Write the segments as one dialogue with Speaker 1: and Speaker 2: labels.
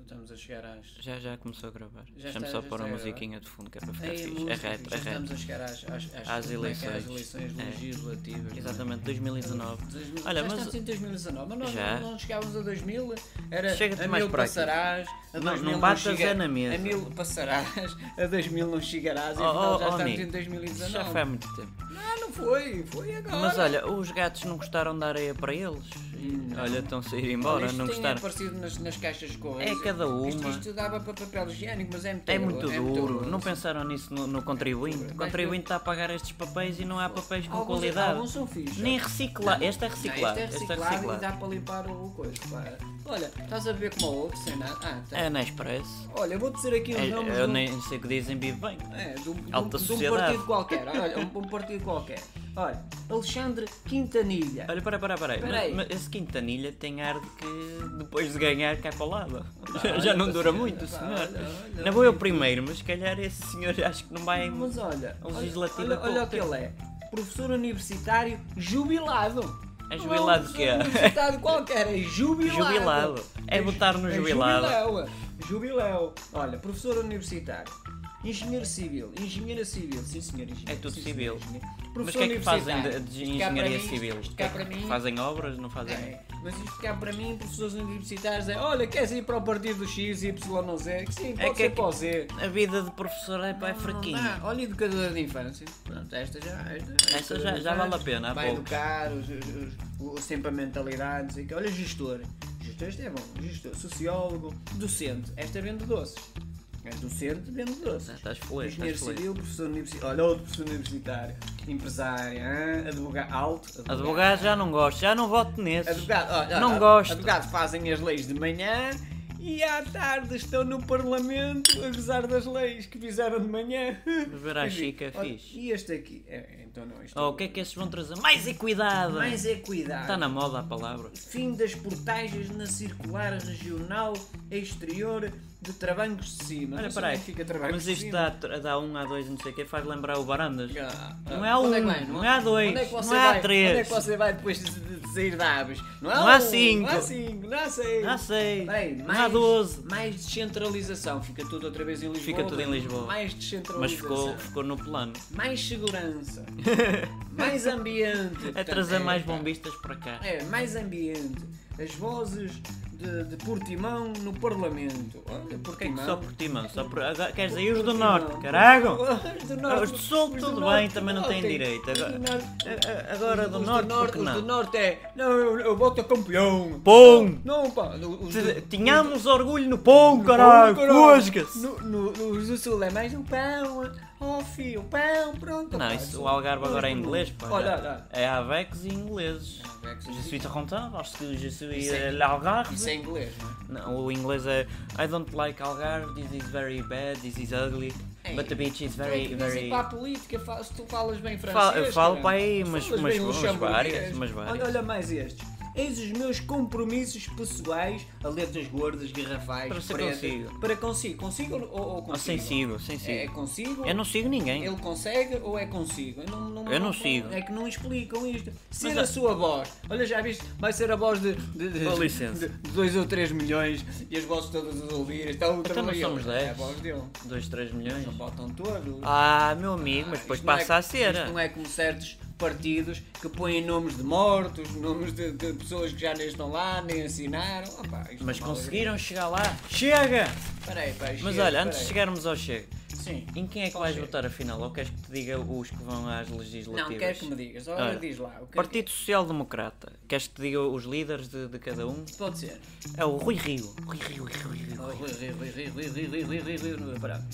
Speaker 1: estamos a chegar às.
Speaker 2: Já, já começou a gravar.
Speaker 1: Já
Speaker 2: Deixa-me
Speaker 1: está-
Speaker 2: só
Speaker 1: já
Speaker 2: pôr
Speaker 1: está
Speaker 2: a
Speaker 1: a gravar.
Speaker 2: musiquinha de fundo que é para ficar
Speaker 1: Ei,
Speaker 2: fixe.
Speaker 1: música,
Speaker 2: é rap, é
Speaker 1: já estamos a
Speaker 2: rap.
Speaker 1: chegar às, às, às,
Speaker 2: Às
Speaker 1: como é que é?
Speaker 2: eleições.
Speaker 1: Às eleições
Speaker 2: É.
Speaker 1: legislativas. não é?
Speaker 2: Exatamente, 2019. Olha,
Speaker 1: Olha,
Speaker 2: mas-
Speaker 1: já estamos em 2019, mas nós
Speaker 2: Já.
Speaker 1: não, não chegávamos a 2000, era
Speaker 2: Chega-te
Speaker 1: a
Speaker 2: mais
Speaker 1: mil
Speaker 2: para aqui.
Speaker 1: passarás, a
Speaker 2: Não-
Speaker 1: 2000
Speaker 2: não batas
Speaker 1: chega-
Speaker 2: é na mesa.
Speaker 1: A mil passarás, a 2000 não chegarás,
Speaker 2: Oh,
Speaker 1: e então
Speaker 2: oh,
Speaker 1: já
Speaker 2: oh,
Speaker 1: estamos
Speaker 2: Nico,
Speaker 1: em 2019.
Speaker 2: Já foi há muito tempo.
Speaker 1: Ah, não foi, foi agora.
Speaker 2: Mas olha, os gatos não gostaram da areia para eles. E, Olha, estão a sair embora,
Speaker 1: Hum, Isto
Speaker 2: não
Speaker 1: tem
Speaker 2: gostaram.
Speaker 1: aparecido nas, nas caixas de correios.
Speaker 2: É cada uma.
Speaker 1: Isto, isto dava para papel higiênico, mas é muito
Speaker 2: É
Speaker 1: duro,
Speaker 2: muito duro, não
Speaker 1: sim.
Speaker 2: pensaram nisso no, no contribuinte. O
Speaker 1: Mas
Speaker 2: contribuinte está a pagar estes papéis e não há papéis com
Speaker 1: Alguns-
Speaker 2: qualidade.
Speaker 1: Alguns são fixos.
Speaker 2: Nem reciclar. Este é reciclado.
Speaker 1: Não,
Speaker 2: Este é
Speaker 1: e
Speaker 2: reciclado.
Speaker 1: dá para limpar o coisa. pá. Olha, estás a ver como o outro, sem nada. Ah, tá.
Speaker 2: É na Expresso.
Speaker 1: Olha, vou dizer aqui os
Speaker 2: É-
Speaker 1: nomes.
Speaker 2: Eu
Speaker 1: do-
Speaker 2: nem sei o que dizem, vive bem.
Speaker 1: um É, de um, de um-
Speaker 2: Alta
Speaker 1: de um
Speaker 2: sociedade.
Speaker 1: partido qualquer. Olha, um, um partido qualquer. Olha, Alexandre Quintanilha.
Speaker 2: Olha, para, para, para. aí.
Speaker 1: Pera aí.
Speaker 2: Mas, mas esse Quintanilha tem ar de que depois de ganhar cai para o lado. Já, já não dura muito, o
Speaker 1: pá,
Speaker 2: senhor.
Speaker 1: Ah, olha, olha,
Speaker 2: Não vou eu primeiro, mas se calhar esse senhor acho que não vai.
Speaker 1: Mas olha,
Speaker 2: O
Speaker 1: olha-
Speaker 2: legislativo é
Speaker 1: olha, olha o
Speaker 2: pouco
Speaker 1: que ele é. Professor universitário jubilado.
Speaker 2: É
Speaker 1: Não
Speaker 2: jubilado
Speaker 1: um
Speaker 2: que
Speaker 1: professor
Speaker 2: é?
Speaker 1: Universitário qualquer, é jubilado.
Speaker 2: Jubilado. É botar no
Speaker 1: ju- é
Speaker 2: jubilado.
Speaker 1: Jubiléu. Jubiléu. Olha, professor universitário. Engenheiro civil, engenheira civil, sim senhor, engenheiro.
Speaker 2: É tudo
Speaker 1: sim,
Speaker 2: civil.
Speaker 1: senhor, engenheiro.
Speaker 2: Mas o
Speaker 1: Professor
Speaker 2: que é que fazem de,
Speaker 1: universitário.
Speaker 2: de
Speaker 1: Isto cá para
Speaker 2: engenharia
Speaker 1: mim-
Speaker 2: civil? é
Speaker 1: isto cá para mim.
Speaker 2: Fazem obras, não fazem?
Speaker 1: É, mas isto cá para mim, professores universitários, é olha, queres ir para o partido do X, Y ou Z? Que Sim, pode
Speaker 2: É que é
Speaker 1: ser
Speaker 2: que-
Speaker 1: para o Z.
Speaker 2: A vida de professor é, pá, é fraquinha.
Speaker 1: Não dá. Olha, educadora de infância. Pronto, esta já. Esta,
Speaker 2: Esta já- já vale a pena, há
Speaker 1: Vai
Speaker 2: poucos.
Speaker 1: educar, os, os- os- sempre a mentalidade, não sei o quê. Olha, gestor. Gestor, isto é bom. Gestor, sociólogo, docente. Esta vende doces. É docente, vende doces.
Speaker 2: Ah, Estás feliz,
Speaker 1: Engenheiro
Speaker 2: estás feliz.
Speaker 1: civil, professor universitário. Olha, outro professor universitário. Empresário, hã? advogado, alto.
Speaker 2: Advogado já não gosto, já não voto nesses.
Speaker 1: Advogado, olha,
Speaker 2: Não
Speaker 1: olha,
Speaker 2: gosto.
Speaker 1: Advogado fazem as leis de manhã e à tarde estão no Parlamento a gozar das leis que fizeram de manhã.
Speaker 2: Beber à
Speaker 1: Mas,
Speaker 2: chica, é
Speaker 1: olha,
Speaker 2: fixe.
Speaker 1: E este aqui? É, então não, este
Speaker 2: Oh, o que é que esses vão trazer? Mais equidade!
Speaker 1: Mais é cuidado.
Speaker 2: Está na moda a palavra.
Speaker 1: Fim das portagens na circular regional exterior de Trabancos de Cima.
Speaker 2: Olha,
Speaker 1: Não sei
Speaker 2: peraí,
Speaker 1: onde fica Trabancos
Speaker 2: mas
Speaker 1: de
Speaker 2: isto
Speaker 1: Cima.
Speaker 2: dá, dá um a dois, não sei o que, faz lembrar o Barandas.
Speaker 1: Ah, ah,
Speaker 2: Não é
Speaker 1: onde
Speaker 2: um,
Speaker 1: que vai?
Speaker 2: não é dois,
Speaker 1: onde é que
Speaker 2: não
Speaker 1: você
Speaker 2: é
Speaker 1: vai,
Speaker 2: três.
Speaker 1: Onde é que você vai depois de, de- de sair da Aves?
Speaker 2: Não há
Speaker 1: um,
Speaker 2: cinco.
Speaker 1: Não há cinco, não há seis.
Speaker 2: Não há seis,
Speaker 1: Bem,
Speaker 2: não
Speaker 1: mais,
Speaker 2: há doze.
Speaker 1: Mais descentralização. Fica tudo outra vez em Lisboa.
Speaker 2: Fica tudo em Lisboa.
Speaker 1: Mais
Speaker 2: Mas
Speaker 1: descentralização.
Speaker 2: ficou, ficou no plano.
Speaker 1: Mais segurança. mais ambiente.
Speaker 2: É trazer mais
Speaker 1: pá.
Speaker 2: bombistas para cá.
Speaker 1: então. É, mais ambiente. As vozes de, de Portimão no Parlamento. Olha,
Speaker 2: Porquê
Speaker 1: Portimão.
Speaker 2: que Tipo, só por ti, mano? Só por... agora- Queres dizer, os do
Speaker 1: Portimão.
Speaker 2: Norte, carago!
Speaker 1: Os do Norte.
Speaker 2: Os do Sul,
Speaker 1: Os do
Speaker 2: tudo
Speaker 1: Norte,
Speaker 2: bem, também não
Speaker 1: ah,
Speaker 2: têm
Speaker 1: tem-
Speaker 2: direito.
Speaker 1: os do
Speaker 2: Agora-
Speaker 1: Norte-
Speaker 2: a- a- É, Agora
Speaker 1: os
Speaker 2: do Norte, por que
Speaker 1: os do
Speaker 2: não?
Speaker 1: norte é. Não, eu, eu voto a campeão.
Speaker 2: Pum! um
Speaker 1: Não, pá. Os,
Speaker 2: Te-
Speaker 1: do-
Speaker 2: Tínhamos orgulho no pão,
Speaker 1: Caralho,
Speaker 2: caralho! Fosga-se!
Speaker 1: No, no, nos do Sul é mais um pão, oh filho, pão, pronto.
Speaker 2: Não,
Speaker 1: pá,
Speaker 2: isso,
Speaker 1: são-
Speaker 2: o Algarve
Speaker 1: Os
Speaker 2: agora é
Speaker 1: do-
Speaker 2: inglês, pá.
Speaker 1: um. Olha, olha. É
Speaker 2: É Avex e ingleses.
Speaker 1: Avex e
Speaker 2: Je suis Torontin, parce que je suis
Speaker 1: Isso é-
Speaker 2: euh, l'Algarve.
Speaker 1: Isso é inglês, não é?
Speaker 2: Não, o inglês é I don't like Algarve, this is very bad, this is ugly,
Speaker 1: Ei,
Speaker 2: but the beach is
Speaker 1: Tu é
Speaker 2: very,
Speaker 1: que dizes
Speaker 2: very...
Speaker 1: para a política, fa- se tu falas bem francês.
Speaker 2: Falo- eu falo
Speaker 1: caralho.
Speaker 2: para aí, mas-
Speaker 1: Falas
Speaker 2: mas-
Speaker 1: bem um
Speaker 2: mas
Speaker 1: luxemburguês.
Speaker 2: várias, mas várias.
Speaker 1: Olha, olha mais estes. Eis os meus compromissos pessoais a letras gordas, garrafais,
Speaker 2: Para ser
Speaker 1: pretas,
Speaker 2: consigo.
Speaker 1: Para consigo. Consigo ou, ou
Speaker 2: Oh, sem
Speaker 1: consigo?
Speaker 2: sigo, sem sigo.
Speaker 1: É, é consigo?
Speaker 2: Eu não sigo ninguém.
Speaker 1: Ele consegue ou é consigo? Eu não,
Speaker 2: Eu não sigo.
Speaker 1: É que não explicam isto. Ser
Speaker 2: Mas
Speaker 1: a
Speaker 2: a-
Speaker 1: sua voz. Olha, já viste? Vai ser a voz de 2 de,
Speaker 2: Com licença.
Speaker 1: de, de dois ou 3 milhões e as vozes todas a ouvir. Está o
Speaker 2: Então não
Speaker 1: trabalho.
Speaker 2: somos dez.
Speaker 1: É a voz dele.
Speaker 2: 2, 3
Speaker 1: Eles
Speaker 2: milhões.
Speaker 1: não botam todo.
Speaker 2: Ah, meu amigo, mas
Speaker 1: Isto
Speaker 2: depois
Speaker 1: não é-
Speaker 2: passa a
Speaker 1: Isto
Speaker 2: cera.
Speaker 1: não é como certos partidos que põem nomes de mortos, nomes de, de pessoas que já nem estão lá, nem assinaram. Opa, isto
Speaker 2: Mas
Speaker 1: é uma
Speaker 2: conseguiram chegar lá. Chega!
Speaker 1: alegria. Peraí, peraí,
Speaker 2: Mas
Speaker 1: chega,
Speaker 2: olha, antes de
Speaker 1: peraí.
Speaker 2: chegarmos ao chega,
Speaker 1: Sim.
Speaker 2: em quem é que
Speaker 1: Qual
Speaker 2: vais
Speaker 1: chega?
Speaker 2: votar afinal? Ou queres que te diga os que vão às legislativas?
Speaker 1: Não, quero que me digas. Olha,
Speaker 2: Olha,
Speaker 1: diz lá. O que é que
Speaker 2: Partido Social Democrata. Queres que te diga os líderes de, de cada um?
Speaker 1: é? Pode ser.
Speaker 2: É o Rui Rio. Rui Rio, Rui Rio. Rui Rio.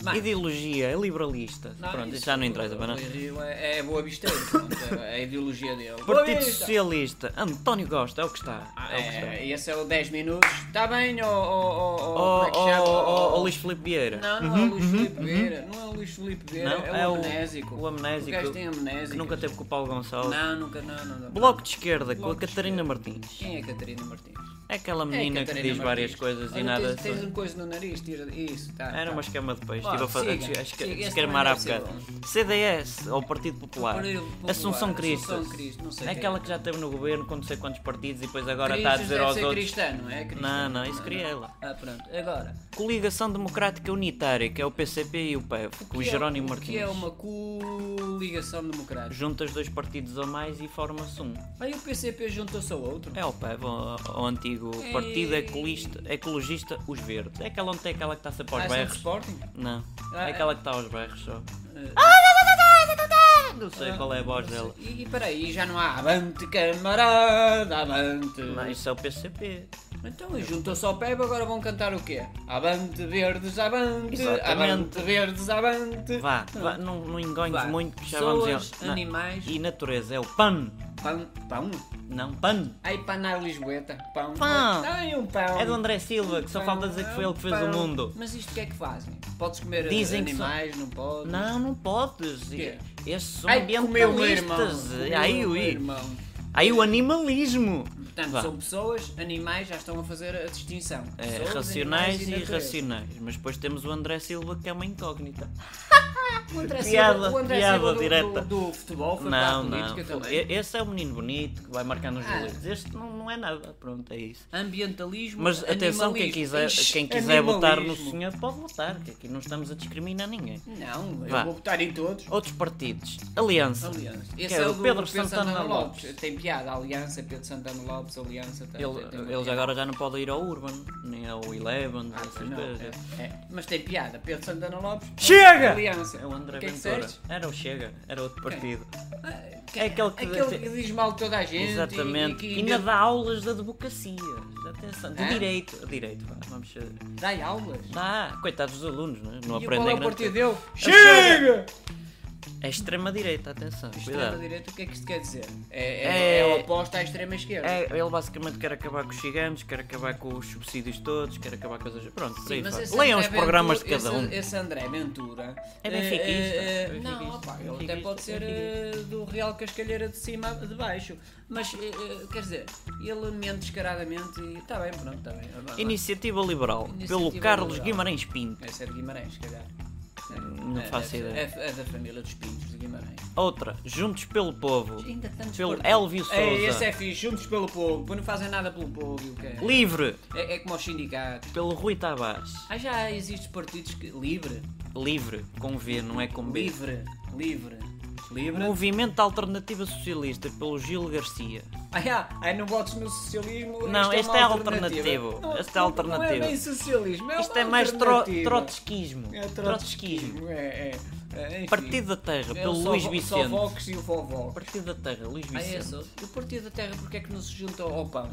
Speaker 1: Mas,
Speaker 2: Ideologia, é liberalista. Pronto, isso já não interessa para nós.
Speaker 1: É, é boa vista, pronto, é a ideologia dele. Boa
Speaker 2: Partido
Speaker 1: Vista!
Speaker 2: Socialista, António Gosta, é o que está.
Speaker 1: Ah,
Speaker 2: É o que está.
Speaker 1: é, esse é o 10 minutos. Está bem, ó. ó, ó, ó,
Speaker 2: Ó,
Speaker 1: como é que chama?
Speaker 2: ó, ó, ó,
Speaker 1: Ó,
Speaker 2: oh, Luís Filipe Vieira.
Speaker 1: Não, não é o Luís Filipe Vieira. Não é o o Luís Filipe Vieira,
Speaker 2: Não,
Speaker 1: é, o amnésico.
Speaker 2: O
Speaker 1: O gajo
Speaker 2: amnésico.
Speaker 1: tem amnésico.
Speaker 2: que nunca teve com o Paulo Gonçalves.
Speaker 1: Não, nunca, não, não. não.
Speaker 2: Bloco de esquerda com
Speaker 1: Bloco de
Speaker 2: a Catarina
Speaker 1: esquerda.
Speaker 2: Martins.
Speaker 1: Quem é Catarina Martins?
Speaker 2: É aquela
Speaker 1: É
Speaker 2: menina que
Speaker 1: Catarina
Speaker 2: diz várias
Speaker 1: Martins.
Speaker 2: coisas e
Speaker 1: Olha,
Speaker 2: nada.
Speaker 1: Tens, tens um coisa no nariz, tira. Isso, tá.
Speaker 2: Era
Speaker 1: tá.
Speaker 2: uma escama de peixe.
Speaker 1: Vá,
Speaker 2: Estive a fazer.
Speaker 1: siga,
Speaker 2: a esque-
Speaker 1: siga,
Speaker 2: a
Speaker 1: esse
Speaker 2: esquermar há
Speaker 1: também deve
Speaker 2: bocado.
Speaker 1: ser
Speaker 2: CDS, ou Partido Popular.
Speaker 1: Partido Popular,
Speaker 2: É Assunção Cristo.
Speaker 1: Assunção Cristo, não sei
Speaker 2: É
Speaker 1: quem
Speaker 2: aquela
Speaker 1: é.
Speaker 2: que já esteve no governo com não sei quantos partidos e depois agora está a
Speaker 1: Cristas
Speaker 2: dizer
Speaker 1: deve
Speaker 2: aos
Speaker 1: ser
Speaker 2: outros.
Speaker 1: cristã, não é? Cristã.
Speaker 2: Não, não, isso queria ela.
Speaker 1: Ah, pronto. Agora.
Speaker 2: Coligação Democrática Unitária, que é o PCP e o PEV, com o
Speaker 1: que é-
Speaker 2: Jerónimo
Speaker 1: o Que é
Speaker 2: Martins.
Speaker 1: uma coligação democrática.
Speaker 2: Juntas dois partidos ou mais e forma-se um.
Speaker 1: Aí o PCP juntou-se ao outro.
Speaker 2: É o PEV, o, o antigo Partido
Speaker 1: Ei.
Speaker 2: Ecolista- Ecologista Os Verdes. É aquela onde tem aquela que está-se para
Speaker 1: Ah,
Speaker 2: os
Speaker 1: são de
Speaker 2: berros.
Speaker 1: Sporting?
Speaker 2: Não,
Speaker 1: Ah,
Speaker 2: é aquela que está aos berros só. Não sei qual é a
Speaker 1: Ah,
Speaker 2: voz dela.
Speaker 1: E, e peraí, já não há avante, camarada, avante.
Speaker 2: Não, isso é o PCP.
Speaker 1: Então, e juntou-se ao PEB, agora vão cantar o quê? Avante, verdes, avante,
Speaker 2: Exatamente.
Speaker 1: avante, verdes, avante.
Speaker 2: Vá, vá, não, não enganhes
Speaker 1: Vá.
Speaker 2: muito que já
Speaker 1: Pessoas,
Speaker 2: vamos... na-
Speaker 1: animais.
Speaker 2: E natureza, é o PAN.
Speaker 1: Pão, pão?
Speaker 2: Não, PAN.
Speaker 1: Ai, pão na Lisboeta, pão.
Speaker 2: Pão.
Speaker 1: Ai, um pão.
Speaker 2: É do André Silva, que só falta dizer que foi ele que fez
Speaker 1: Pão.
Speaker 2: o mundo.
Speaker 1: Mas isto o que é que fazem? Podes comer
Speaker 2: Dizem que
Speaker 1: animais, não podes?
Speaker 2: Não, não podes.
Speaker 1: Quê?
Speaker 2: Esses são
Speaker 1: Ai, comeu o irmão.
Speaker 2: ambientalistas.
Speaker 1: comeu
Speaker 2: Aí,
Speaker 1: o
Speaker 2: ui.
Speaker 1: irmão.
Speaker 2: aí o animalismo.
Speaker 1: Portanto,
Speaker 2: Vá.
Speaker 1: são pessoas, animais, já estão a fazer a distinção.
Speaker 2: É,
Speaker 1: Pessoas,
Speaker 2: racionais
Speaker 1: animais
Speaker 2: e
Speaker 1: natureza.
Speaker 2: irracionais. Mas depois temos o André Silva, que é uma incógnita.
Speaker 1: O André
Speaker 2: Piada,
Speaker 1: Silva, o André
Speaker 2: piada
Speaker 1: Silva do,
Speaker 2: direta.
Speaker 1: Do, do futebol foi
Speaker 2: Não,
Speaker 1: para a
Speaker 2: não.
Speaker 1: política também.
Speaker 2: E- Esse é o menino bonito que vai marcar nos
Speaker 1: Ah.
Speaker 2: goleiros. Este não, não é nada. Pronto, é isso.
Speaker 1: Ambientalismo,
Speaker 2: Mas atenção, quem
Speaker 1: animalismo.
Speaker 2: quiser,
Speaker 1: Ixi,
Speaker 2: quem quiser votar no
Speaker 1: animalismo.
Speaker 2: senhor pode votar, que aqui não estamos a discriminar ninguém.
Speaker 1: Não, eu
Speaker 2: Vá.
Speaker 1: vou votar em todos.
Speaker 2: Outros partidos. Aliança.
Speaker 1: Aliança. Esse
Speaker 2: Que é
Speaker 1: é
Speaker 2: o
Speaker 1: o do Pedro
Speaker 2: Pedro Santana
Speaker 1: Santana Lopes.
Speaker 2: Lopes.
Speaker 1: Tem piada. Aliança, Pedro Santana Lopes, Aliança. Tem, tem- tem-
Speaker 2: Ele, eles agora já não podem ir ao Urban, nem ao Eleven,
Speaker 1: Ah,
Speaker 2: essas
Speaker 1: não,
Speaker 2: coisas.
Speaker 1: é- é. Mas tem piada. Pedro Santana Lopes.
Speaker 2: Chega!
Speaker 1: Aliança.
Speaker 2: É o André
Speaker 1: O que é que
Speaker 2: Ventura.
Speaker 1: disseste?
Speaker 2: Era o Chega, era outro partido.
Speaker 1: Quem-
Speaker 2: É aquele que-
Speaker 1: diz mal de toda a gente. e-
Speaker 2: Exatamente.
Speaker 1: E, É?
Speaker 2: E
Speaker 1: que-
Speaker 2: ainda dá aulas de advocacia. Atenção. De
Speaker 1: Hã?
Speaker 2: direito. Direito, vá, vamos ser.
Speaker 1: Dá aulas.
Speaker 2: Dá, coitados dos alunos, não, é? não
Speaker 1: e
Speaker 2: aprendem
Speaker 1: qual é o
Speaker 2: grande
Speaker 1: partido
Speaker 2: coisa.
Speaker 1: dele?
Speaker 2: Chega! É extrema-direita, atenção, cuidado.
Speaker 1: Extrema-direita, o que é que isto quer dizer? É, é,
Speaker 2: É-
Speaker 1: é oposta à extrema-esquerda.
Speaker 2: É, ele basicamente quer acabar com os gigantes, quer acabar com os subsídios todos, quer acabar com as. outras- Pronto,
Speaker 1: Sim,
Speaker 2: aí
Speaker 1: mas
Speaker 2: faz.
Speaker 1: esse
Speaker 2: Leiam os
Speaker 1: André
Speaker 2: programas de
Speaker 1: Ventura-
Speaker 2: cada um.
Speaker 1: Esse, esse André Ventura
Speaker 2: É
Speaker 1: eh,
Speaker 2: benfiquista, É
Speaker 1: eh,
Speaker 2: benfiquista,
Speaker 1: não, opá, ele
Speaker 2: benfiquista, é
Speaker 1: até pode ser
Speaker 2: benfiquista.
Speaker 1: eh, do Real Cascalheira de cima a de baixo. Mas, eh, eh, quer dizer, ele mente descaradamente e está bem, pronto, está bem. Ah, vá, vá.
Speaker 2: Iniciativa Liberal,
Speaker 1: Iniciativa
Speaker 2: pelo Carlos
Speaker 1: Liberal.
Speaker 2: Guimarães Pinto.
Speaker 1: É Sérgio Guimarães, se calhar.
Speaker 2: Não
Speaker 1: É,
Speaker 2: faço
Speaker 1: é,
Speaker 2: ideia.
Speaker 1: É, é da família dos Pintos de Guimarães.
Speaker 2: Outra, Juntos pelo Povo,
Speaker 1: Ainda tantos
Speaker 2: pelo
Speaker 1: partidos.
Speaker 2: Elvio Souza.
Speaker 1: É, esse é fixe, juntos pelo povo, pois não fazem nada pelo povo. e o que é?
Speaker 2: Livre,
Speaker 1: É, é como aos sindicatos.
Speaker 2: pelo Rui Tavares.
Speaker 1: Ah, já existem partidos que. Livre.
Speaker 2: Livre, com V, não é com B.
Speaker 1: Livre. Livre. Livre.
Speaker 2: Movimento Alternativa Socialista, pelo Gil Garcia.
Speaker 1: Ai, ah, ai, não votes no socialismo.
Speaker 2: Não,
Speaker 1: isto
Speaker 2: este
Speaker 1: uma
Speaker 2: é
Speaker 1: alternativa.
Speaker 2: alternativo.
Speaker 1: Não,
Speaker 2: Este é
Speaker 1: não- Não é
Speaker 2: alternativo.
Speaker 1: bem socialismo, é
Speaker 2: Isto
Speaker 1: uma
Speaker 2: é mais tro
Speaker 1: alternativa.
Speaker 2: trotskismo.
Speaker 1: É
Speaker 2: Trotskismo.
Speaker 1: trotskismo. É, é, é, enfim.
Speaker 2: Partido da Terra,
Speaker 1: É
Speaker 2: pelo
Speaker 1: o
Speaker 2: Luís
Speaker 1: Sovo-
Speaker 2: Vicente.
Speaker 1: Sovox e o Fovox.
Speaker 2: Partido da Terra, Luís
Speaker 1: Ah, é
Speaker 2: Vicente.
Speaker 1: isso. E o Partido da Terra, porque é que não se junta ao pão?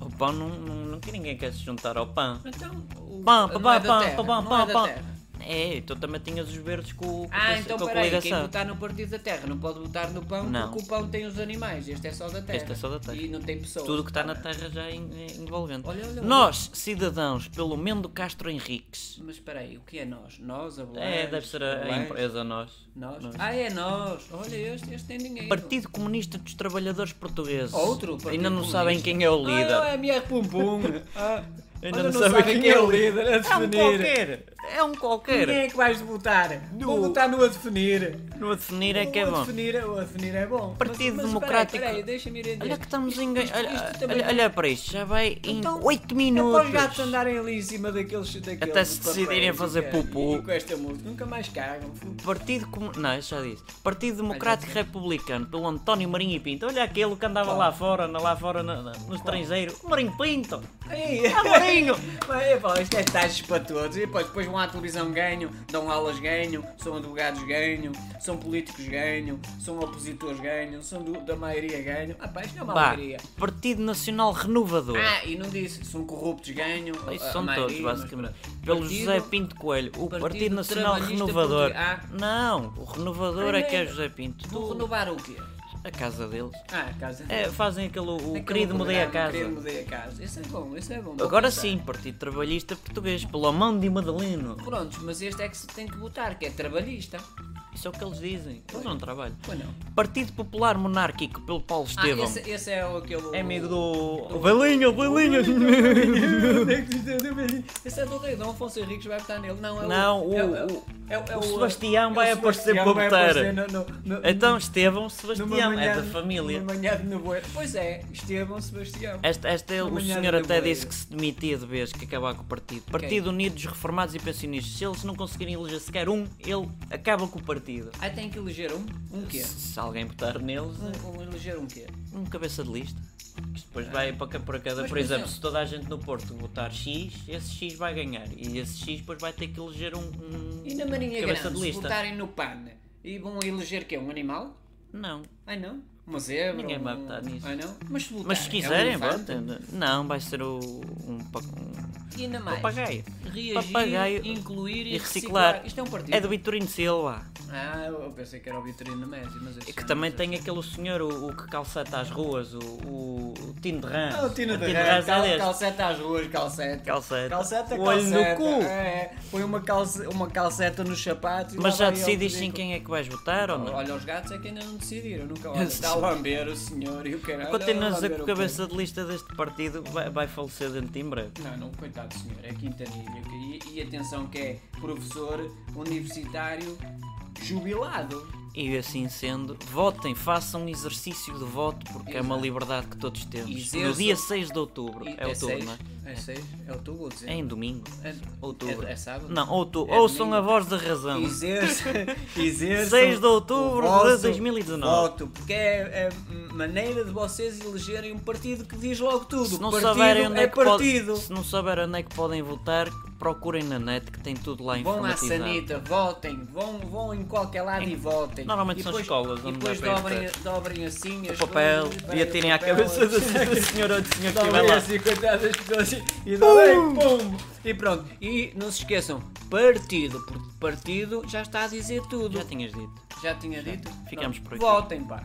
Speaker 2: O pão não, não, não que ninguém quer se juntar ao pão.
Speaker 1: Então, o
Speaker 2: Pão,
Speaker 1: não
Speaker 2: pão,
Speaker 1: é da
Speaker 2: pão, pão,
Speaker 1: terra, não
Speaker 2: pão, pão,
Speaker 1: é
Speaker 2: pão,
Speaker 1: da
Speaker 2: pão.
Speaker 1: terra.
Speaker 2: É, tu também tinhas os verdes com, com,
Speaker 1: Ah, então
Speaker 2: com a
Speaker 1: peraí, quem
Speaker 2: coligação.
Speaker 1: votar no Partido da Terra não pode votar no pão
Speaker 2: Não.
Speaker 1: porque o pão tem os animais, este é só da Terra.
Speaker 2: Este é só da terra.
Speaker 1: E não tem pessoas. tá
Speaker 2: Tudo o que está na terra já é en- é envolvente.
Speaker 1: Olha, olha, olha.
Speaker 2: Nós, cidadãos, pelo Mendo Castro Henriques.
Speaker 1: Mas peraí, o que é nós? Nós, a Belém?
Speaker 2: É, deve ser a, a
Speaker 1: Belém?
Speaker 2: empresa nós.
Speaker 1: Nós? Ah, é nós. Olha, este, este tem dinheiro.
Speaker 2: Partido Comunista dos Trabalhadores Portugueses.
Speaker 1: Outro partido
Speaker 2: Ainda não
Speaker 1: comunista.
Speaker 2: sabem quem é o líder.
Speaker 1: Ah, é o MR Pum Pum. Ah,
Speaker 2: Ainda
Speaker 1: olha,
Speaker 2: não sabem quem é o
Speaker 1: líder. A
Speaker 2: É um qualquer. É um qualquer.
Speaker 1: Quem é que vais votar?
Speaker 2: No-
Speaker 1: Vou votar no a definir.
Speaker 2: No a definir é que é
Speaker 1: O a
Speaker 2: bom.
Speaker 1: definir, o a definir é bom. Mas-
Speaker 2: Partido
Speaker 1: mas
Speaker 2: Democrático.
Speaker 1: Peraí, peraí, deixa-me ir a dizer.
Speaker 2: Olha que estamos em. Olha,
Speaker 1: Isto- isto também
Speaker 2: olha,
Speaker 1: não-
Speaker 2: olha para isto, já vai em
Speaker 1: Então,
Speaker 2: 8
Speaker 1: É para os gatos
Speaker 2: minutos.
Speaker 1: andarem ali em cima daqueles. daqueles
Speaker 2: Até se
Speaker 1: papéis
Speaker 2: decidirem a
Speaker 1: e
Speaker 2: fazer
Speaker 1: que-
Speaker 2: pupu.
Speaker 1: E com esta música. Nunca mais cagam. fu-
Speaker 2: Partido Comun... Não, isso já disse. Partido Democrático Republicano, pelo António Marinho e Pinto. Olha aquele que andava lá fora, na- lá fora na- na- no estrangeiro. O Marinho Pinto!
Speaker 1: Ei,
Speaker 2: Ah, Marinho!
Speaker 1: Mas, eu falo, isto é taxas para todos. E depois, depois vão à televisão, ganham, dão aulas, ganham, são advogados, ganham, são políticos, ganham, são opositores, ganham, são do- da maioria, ganham. Ah, pá, isto não é uma
Speaker 2: Vá,
Speaker 1: alegria.
Speaker 2: Partido Nacional Renovador.
Speaker 1: Ah, e não disse, são corruptos, ganham.
Speaker 2: Isso
Speaker 1: a-
Speaker 2: são
Speaker 1: a
Speaker 2: todos,
Speaker 1: maioria, Ah, mas
Speaker 2: basicamente.
Speaker 1: pronto.
Speaker 2: Pelo
Speaker 1: Partido-
Speaker 2: José Pinto Coelho, o Partido,
Speaker 1: Partido
Speaker 2: Nacional
Speaker 1: Trabalhista
Speaker 2: Renovador.
Speaker 1: Português.
Speaker 2: Não, o renovador é que é
Speaker 1: Primeiro,
Speaker 2: José Pinto.
Speaker 1: Vou
Speaker 2: Tu-
Speaker 1: renovar o quê?
Speaker 2: a casa deles.
Speaker 1: Ah, casa.
Speaker 2: É, fazem aquele o- o,
Speaker 1: Aquele
Speaker 2: querido mudei a
Speaker 1: programa,
Speaker 2: casa.
Speaker 1: Querido mudei a casa. Isso é bom, isso é bom. vou
Speaker 2: Agora
Speaker 1: pensar.
Speaker 2: sim, Partido Trabalhista Português, pela mão de Madaleno.
Speaker 1: Prontos, mas este é que se tem que botar, que é trabalhista.
Speaker 2: Isso é o que eles dizem. Eles não trabalham.
Speaker 1: Ou não?
Speaker 2: Partido Popular Monárquico, pelo Paulo
Speaker 1: Ah,
Speaker 2: Estevão.
Speaker 1: esse, esse é o- aquele.
Speaker 2: É amigo do. Belinha, Belinha!
Speaker 1: é Esse é do rei, Dom Afonso Henriques vai votar nele. Não, é
Speaker 2: Não,
Speaker 1: o.
Speaker 2: o-
Speaker 1: é
Speaker 2: o-
Speaker 1: é é
Speaker 2: o Sebastião
Speaker 1: é o
Speaker 2: vai aparecer
Speaker 1: Sebastião
Speaker 2: para
Speaker 1: vai
Speaker 2: votar.
Speaker 1: aparecer no- no- no-
Speaker 2: Então, Estevão
Speaker 1: numa
Speaker 2: Sebastião,
Speaker 1: manhã
Speaker 2: é da
Speaker 1: de-
Speaker 2: família.
Speaker 1: Numa manhã de nevoeiro. Pois é, Estevão Sebastião.
Speaker 2: Esta, esta é-
Speaker 1: numa
Speaker 2: o
Speaker 1: manhã
Speaker 2: senhor
Speaker 1: de
Speaker 2: até
Speaker 1: nevoeiro.
Speaker 2: disse que se demitia de vez, que acabava com o partido. Partido Unidos, Reformados e Pensionistas. Se eles não conseguirem eleger sequer um, ele acaba com o partido.
Speaker 1: Aí tem que eleger um. Um quê?
Speaker 2: Se alguém votar neles,
Speaker 1: Um, um eleger um quê?
Speaker 2: um cabeça de lista. Que isto depois vai para, ca- para
Speaker 1: Mas,
Speaker 2: cada. Por
Speaker 1: por
Speaker 2: exemplo,
Speaker 1: exemplo-
Speaker 2: se toda a gente no Porto votar X, esse X vai ganhar. E esse X depois vai ter que eleger um. um
Speaker 1: E na Marinha
Speaker 2: cabeça
Speaker 1: Grande,
Speaker 2: de
Speaker 1: se
Speaker 2: lista.
Speaker 1: votarem no PAN, e vão eleger quê? Um animal?
Speaker 2: Não.
Speaker 1: Ai não? Uma zebra?
Speaker 2: Ninguém
Speaker 1: um...
Speaker 2: vai votar nisso.
Speaker 1: Ai não? Mas se votarem,
Speaker 2: Mas se
Speaker 1: é um
Speaker 2: quiserem,
Speaker 1: elefante.
Speaker 2: votem. Não, vai ser o. um pa- um
Speaker 1: E ainda mais.
Speaker 2: papagaio.
Speaker 1: Reagir,
Speaker 2: Papagaio
Speaker 1: incluir e,
Speaker 2: E reciclar.
Speaker 1: Isto é um partido.
Speaker 2: É do Vitorino Silva.
Speaker 1: Ah, eu pensei que era o Vitorino Messi, mas é
Speaker 2: E É que também tem aquele senhor, o, o que calceta as ruas, o, o, o Tino de Rãs.
Speaker 1: Ah, o Tino de
Speaker 2: Rãs
Speaker 1: Rã,
Speaker 2: é
Speaker 1: cal,
Speaker 2: deste.
Speaker 1: calceta às ruas, calceta.
Speaker 2: Calceta.
Speaker 1: Calceta,
Speaker 2: O olho no
Speaker 1: calceta.
Speaker 2: cu.
Speaker 1: É, põe uma, calce, uma calceta nos sapatos e
Speaker 2: Mas
Speaker 1: lá
Speaker 2: já
Speaker 1: vai ele
Speaker 2: decidiste em
Speaker 1: ridículo.
Speaker 2: quem é que vais votar ou não?
Speaker 1: Olha, os gatos é que ainda não decidiram, nunca olha. Está a lamber o senhor e o caralho.
Speaker 2: Continuas a
Speaker 1: lamber
Speaker 2: dizer que
Speaker 1: o
Speaker 2: o cabeça de lista deste partido vai, vai falecer dentro de em breve.
Speaker 1: cu. Não, não, coitado do senhor, é quintanilha. E, e atenção que é professor universitário jubilado.
Speaker 2: E assim sendo, votem, façam um exercício de voto porque é uma
Speaker 1: Exato.
Speaker 2: liberdade que todos temos. No
Speaker 1: Exerçam-
Speaker 2: dia 6 de outubro,
Speaker 1: E-
Speaker 2: é outubro,
Speaker 1: seis?
Speaker 2: não é?
Speaker 1: É seis? É outubro ou
Speaker 2: É
Speaker 1: dezembro?
Speaker 2: em domingo.
Speaker 1: É-
Speaker 2: Outubro.
Speaker 1: É, é sábado?
Speaker 2: Não, outubro.
Speaker 1: É
Speaker 2: Ouçam
Speaker 1: domingo.
Speaker 2: a voz da razão.
Speaker 1: Exerça, exerça
Speaker 2: 6 de outubro
Speaker 1: o vosso
Speaker 2: de 2019.
Speaker 1: Voto, porque é, é maneira de vocês elegerem um partido que diz logo tudo.
Speaker 2: Se não,
Speaker 1: partido
Speaker 2: souberem onde é
Speaker 1: é
Speaker 2: que pode-
Speaker 1: partido.
Speaker 2: se não souberem onde é que podem votar, procurem na net que tem tudo lá
Speaker 1: Vão à
Speaker 2: informatizado.
Speaker 1: sanita, votem, vão, vão em qualquer lado e votem.
Speaker 2: Normalmente
Speaker 1: E
Speaker 2: são
Speaker 1: depois-
Speaker 2: escolas
Speaker 1: E
Speaker 2: onde
Speaker 1: depois
Speaker 2: dá para ir
Speaker 1: dobrem, dobrem assim as
Speaker 2: O papel
Speaker 1: coisas,
Speaker 2: e
Speaker 1: vai
Speaker 2: atirem
Speaker 1: o
Speaker 2: à
Speaker 1: papel, assim.
Speaker 2: cabeça do, do senhor ou do senhor que estiver
Speaker 1: Dobrem
Speaker 2: lá.
Speaker 1: assim coitadas das pessoas e- e dobrem, pum! E pronto, e não se esqueçam, partido, porque partido já está a dizer tudo.
Speaker 2: Já tinhas dito.
Speaker 1: Já tinha dito?
Speaker 2: Ficamos
Speaker 1: Não.
Speaker 2: por aqui.
Speaker 1: Votem, pá.